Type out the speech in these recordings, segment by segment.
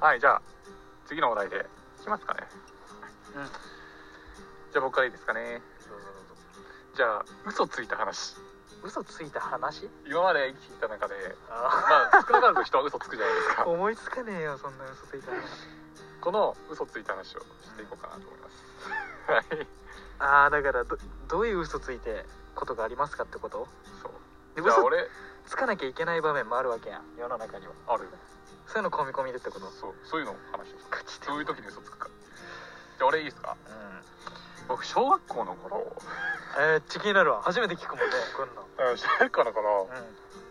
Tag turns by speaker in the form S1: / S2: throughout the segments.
S1: はいじゃあ次のお題でいきますかね
S2: うん
S1: じ
S2: どうぞ
S1: ゃあ僕からいいですかね
S2: どうぞ
S1: じゃあ嘘ついた話
S2: 嘘ついた話
S1: 今まで生きてきた中で
S2: あ
S1: まあ少なからず人は嘘つくじゃないです
S2: あ
S1: か
S2: 思いつかねえよそんな嘘ついた話
S1: この嘘ついた話をしていこうかなと思いますはい
S2: ああだからどどういう嘘ついてことがありますかってこと
S1: そう
S2: で
S1: じゃあ
S2: 嘘
S1: 俺
S2: つかなきゃいけない場面もあるわけやん世の中には
S1: ある
S2: そういうの込み込みでってこと
S1: そうそういうのを話していこう
S2: ガチで
S1: どういう時に嘘つくかじゃあ俺いいですか
S2: うん
S1: 僕小学校の頃
S2: えー、ち気になるわ初めて聞くもん ねこんな
S1: うん小学校の頃
S2: んうん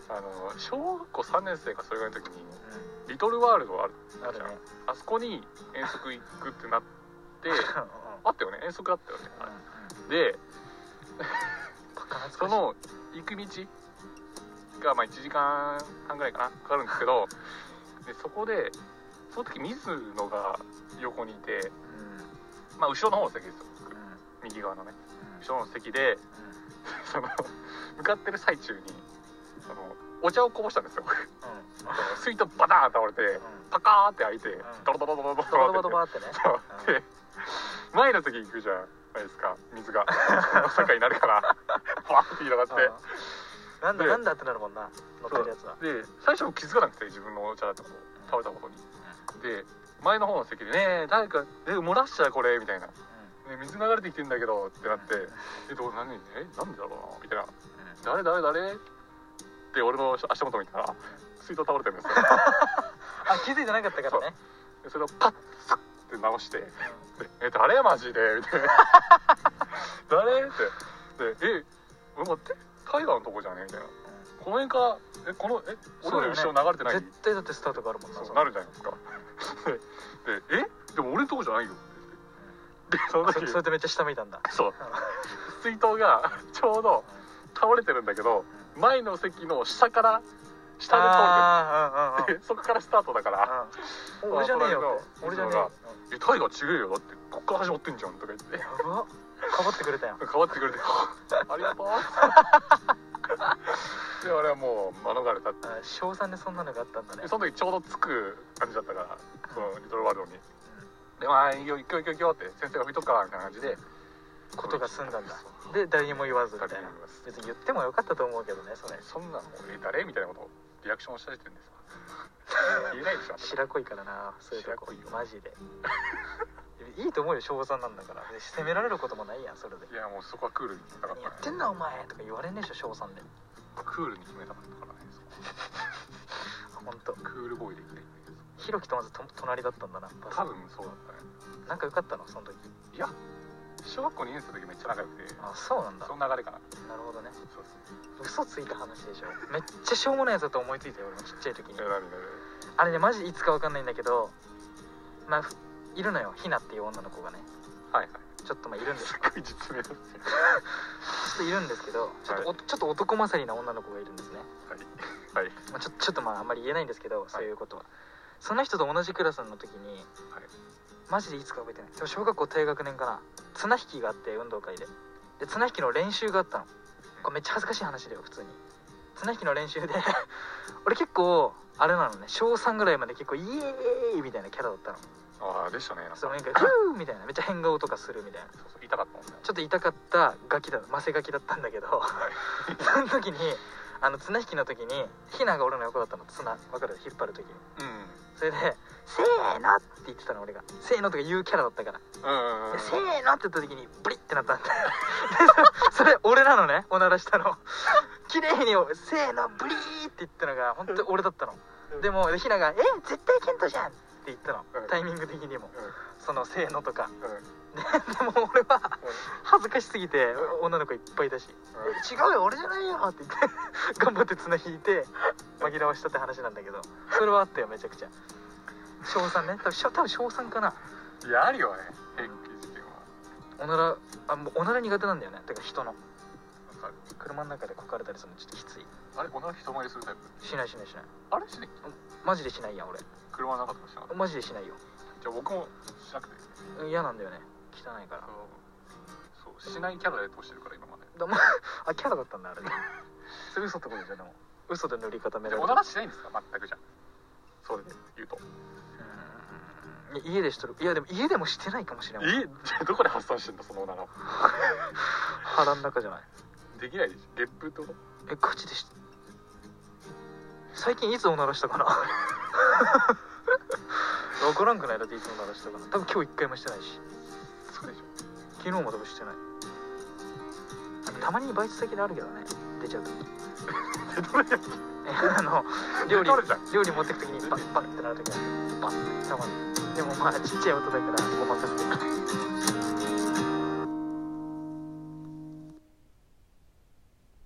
S1: あの小学校3年生かそれぐらいの時にリトルワールドある
S2: あるね
S1: あそこに遠足行くってなって
S2: うん
S1: あったよね遠足あったよね
S2: うんうん
S1: で
S2: バカ懐かしい
S1: その行く道がまあ1時間半ぐらいかなかかるんですけどでそこでその時水野が横にいて
S2: うんうんうん
S1: まあ後ろの方の席ですよ右側のね後ろの席で その向かってる最中にそのお茶をこぼしたんですよ僕その 水筒バターン倒れてパカーンって開いてドロドロドロドロド
S2: ド
S1: ロ
S2: バ
S1: って
S2: ドバドバってね
S1: そう で 前の席行くじゃないですか水がサッカーになるからバーって広がって
S2: うんなんだ
S1: で
S2: なんだってなるもんな乗ってるやつは
S1: で最初気づかなくて自分のお茶だと倒れたことにで前の方の席で「ねえ誰かえ漏らしちゃうこれ」みたいな、ねえ、水流れてきてんだけど」ってなって「えどう何えなんでだろうな」みたいな「誰誰誰?」って俺の足元見たら水道倒れてるんですよ
S2: あ気づいてなかったからね
S1: でそれをパッスッって直してでえ誰マジで?」みたいな「誰?」って「でえ待ってタイガーのとこじゃね?」みたいな「この辺かえこのえ俺の後ろ流れてない?」
S2: 絶対だってスタートがあるもんな
S1: そう
S2: そ
S1: な
S2: の
S1: るじゃないですかででえでも俺のとこじゃないよってでその時
S2: そそれでめっちゃ下向いたんだ
S1: そう水筒がちょうど倒れてるんだけど前の席の下から下
S2: あ
S1: で通る
S2: ー
S1: でそこからスタートだから
S2: う んうんうんうん俺じゃねえよって
S1: その
S2: 俺じゃねえよ
S1: 「えタイガー違えよだってこっから始まってんじゃん」とか言って
S2: やばかぶってくれたやん
S1: 変わってくれて「ありがとう」で俺はもう免れたって
S2: あ小3でそんなのがあったんだね
S1: でその時ちょうど着く感じだったからそのリトルワールドにでまあいいよ行くよ行くよ行くよって先生が見とくからみたいな感じで
S2: ことが済んだんだで誰にも言わずみたい
S1: 誰に
S2: な
S1: も言わず
S2: 別に言ってもよかったと思うけどねそれ
S1: そんなの俺誰みたいなことをリアクションした時点です言えないでしょ
S2: 白濃いからなそういうとこ
S1: 白濃いよ
S2: マジでいいと思うよ小3なんだからで責められることもないやんそれで
S1: いやもうそこはクールに決めたかっ
S2: 何やったてんだお前とか言われねえでしょ小3で
S1: クールに決めたかったからねそこ
S2: 本当。
S1: クールボーイでいきたいんだけど
S2: ひろきとまずと隣だったんだな
S1: 多分そうだったね
S2: 仲良かったのその時
S1: いや小学校2年生の時めっちゃ仲良くて
S2: あそうなんだ
S1: その流れかな
S2: なるほどね
S1: そうそう
S2: 嘘ついた話でしょめっちゃしょうもないやつだと思いついたよ俺もちっちゃい時に
S1: え何何
S2: あれねマジいつかわかんないんだけどまあふいるのよひなっていう女の子がね
S1: はいはい
S2: ちょっとまあいるんです
S1: す
S2: ちょ
S1: っごい実名ですね
S2: っといるんですけどちょっとおちょっと男勝りな女の子がいるんですね
S1: はいはい
S2: まあ、ちょちょっとまああんまり言えないんですけど、そういうことはその人と同じクラスの時に、マジでいつか覚えてないでも小学校低学年かな綱引きがあって運動会でで綱引きの練習があったのこれめっちゃ恥ずかしい話だよ普通に綱引きの練習で 俺結構あれなのね小3ぐらいまで結構イエーイみたいなキャラだったの
S1: ああでしたねなんか
S2: そ
S1: そう
S2: のなん かフーみたいなめっちゃ変顔とかするみたいな
S1: そう痛かったもんね
S2: ちょっと痛かったガキだマセガキだったんだけどその時にあの綱引きの時にひなが俺の横だったの綱わかる引っ張る時に
S1: うん
S2: それで「せーの!」って言ってたの俺が「せーの」とか言うキャラだったから
S1: うんうんうん
S2: でせーの!」って言った時にブリってなったんだでそ それ俺なのねおならしたの綺麗に「せーのブリー!」って言ったのが本当に俺だったのでもひなが「え絶対ケントじゃん!」って言ったの
S1: うん
S2: タイミング的にも
S1: うん
S2: その「せーの」と
S1: う
S2: か
S1: んうん
S2: ででも俺は恥ずかしすぎて女の子いっぱいいたし「違うよ俺じゃないよ」って言って頑張って綱引いて紛らわしたって話なんだけどそれはあったよめちゃくちゃ小3ね多分小多分小3かない
S1: やあるよね平気事件は
S2: おならあもうおなら苦手なんだよねてか人の
S1: わかる
S2: 車の中でこかれたりするのちょっときつい
S1: あれおなら人前にするタイプ
S2: しないしないしない
S1: あれしね
S2: マジでしないやん俺
S1: 車の中とかしなかった
S2: マジでしないよ
S1: じゃあ僕もしなくて
S2: うん嫌なんだよね汚いから
S1: そうしないキャラで通してるから今まで
S2: だまあキャラだったんだあれねそれ嘘ってことじゃでも嘘で塗り固め
S1: じ
S2: ら
S1: ゃあお
S2: れた
S1: ならしないんですか全くじゃんそれで言うと
S2: うんいや家でしとるいやでも家でもしてないかもしれない
S1: えじゃあどこで発散してんだそのおなら
S2: 腹の中じゃない
S1: できないでしょゲップってこと
S2: えガチでし最近いつおならしたか な分からんくないだっていつおならしたかな多分今日一回もしてないし
S1: そうでしょ
S2: 昨日も多分してないたまにバイト先であるけどね出ちゃうとき
S1: えどれじゃん
S2: えあの料理
S1: どれじゃん
S2: 料理持ってくときにパッパッってなるときあるパッたまにでもまあちっちゃい音だからごまかすけど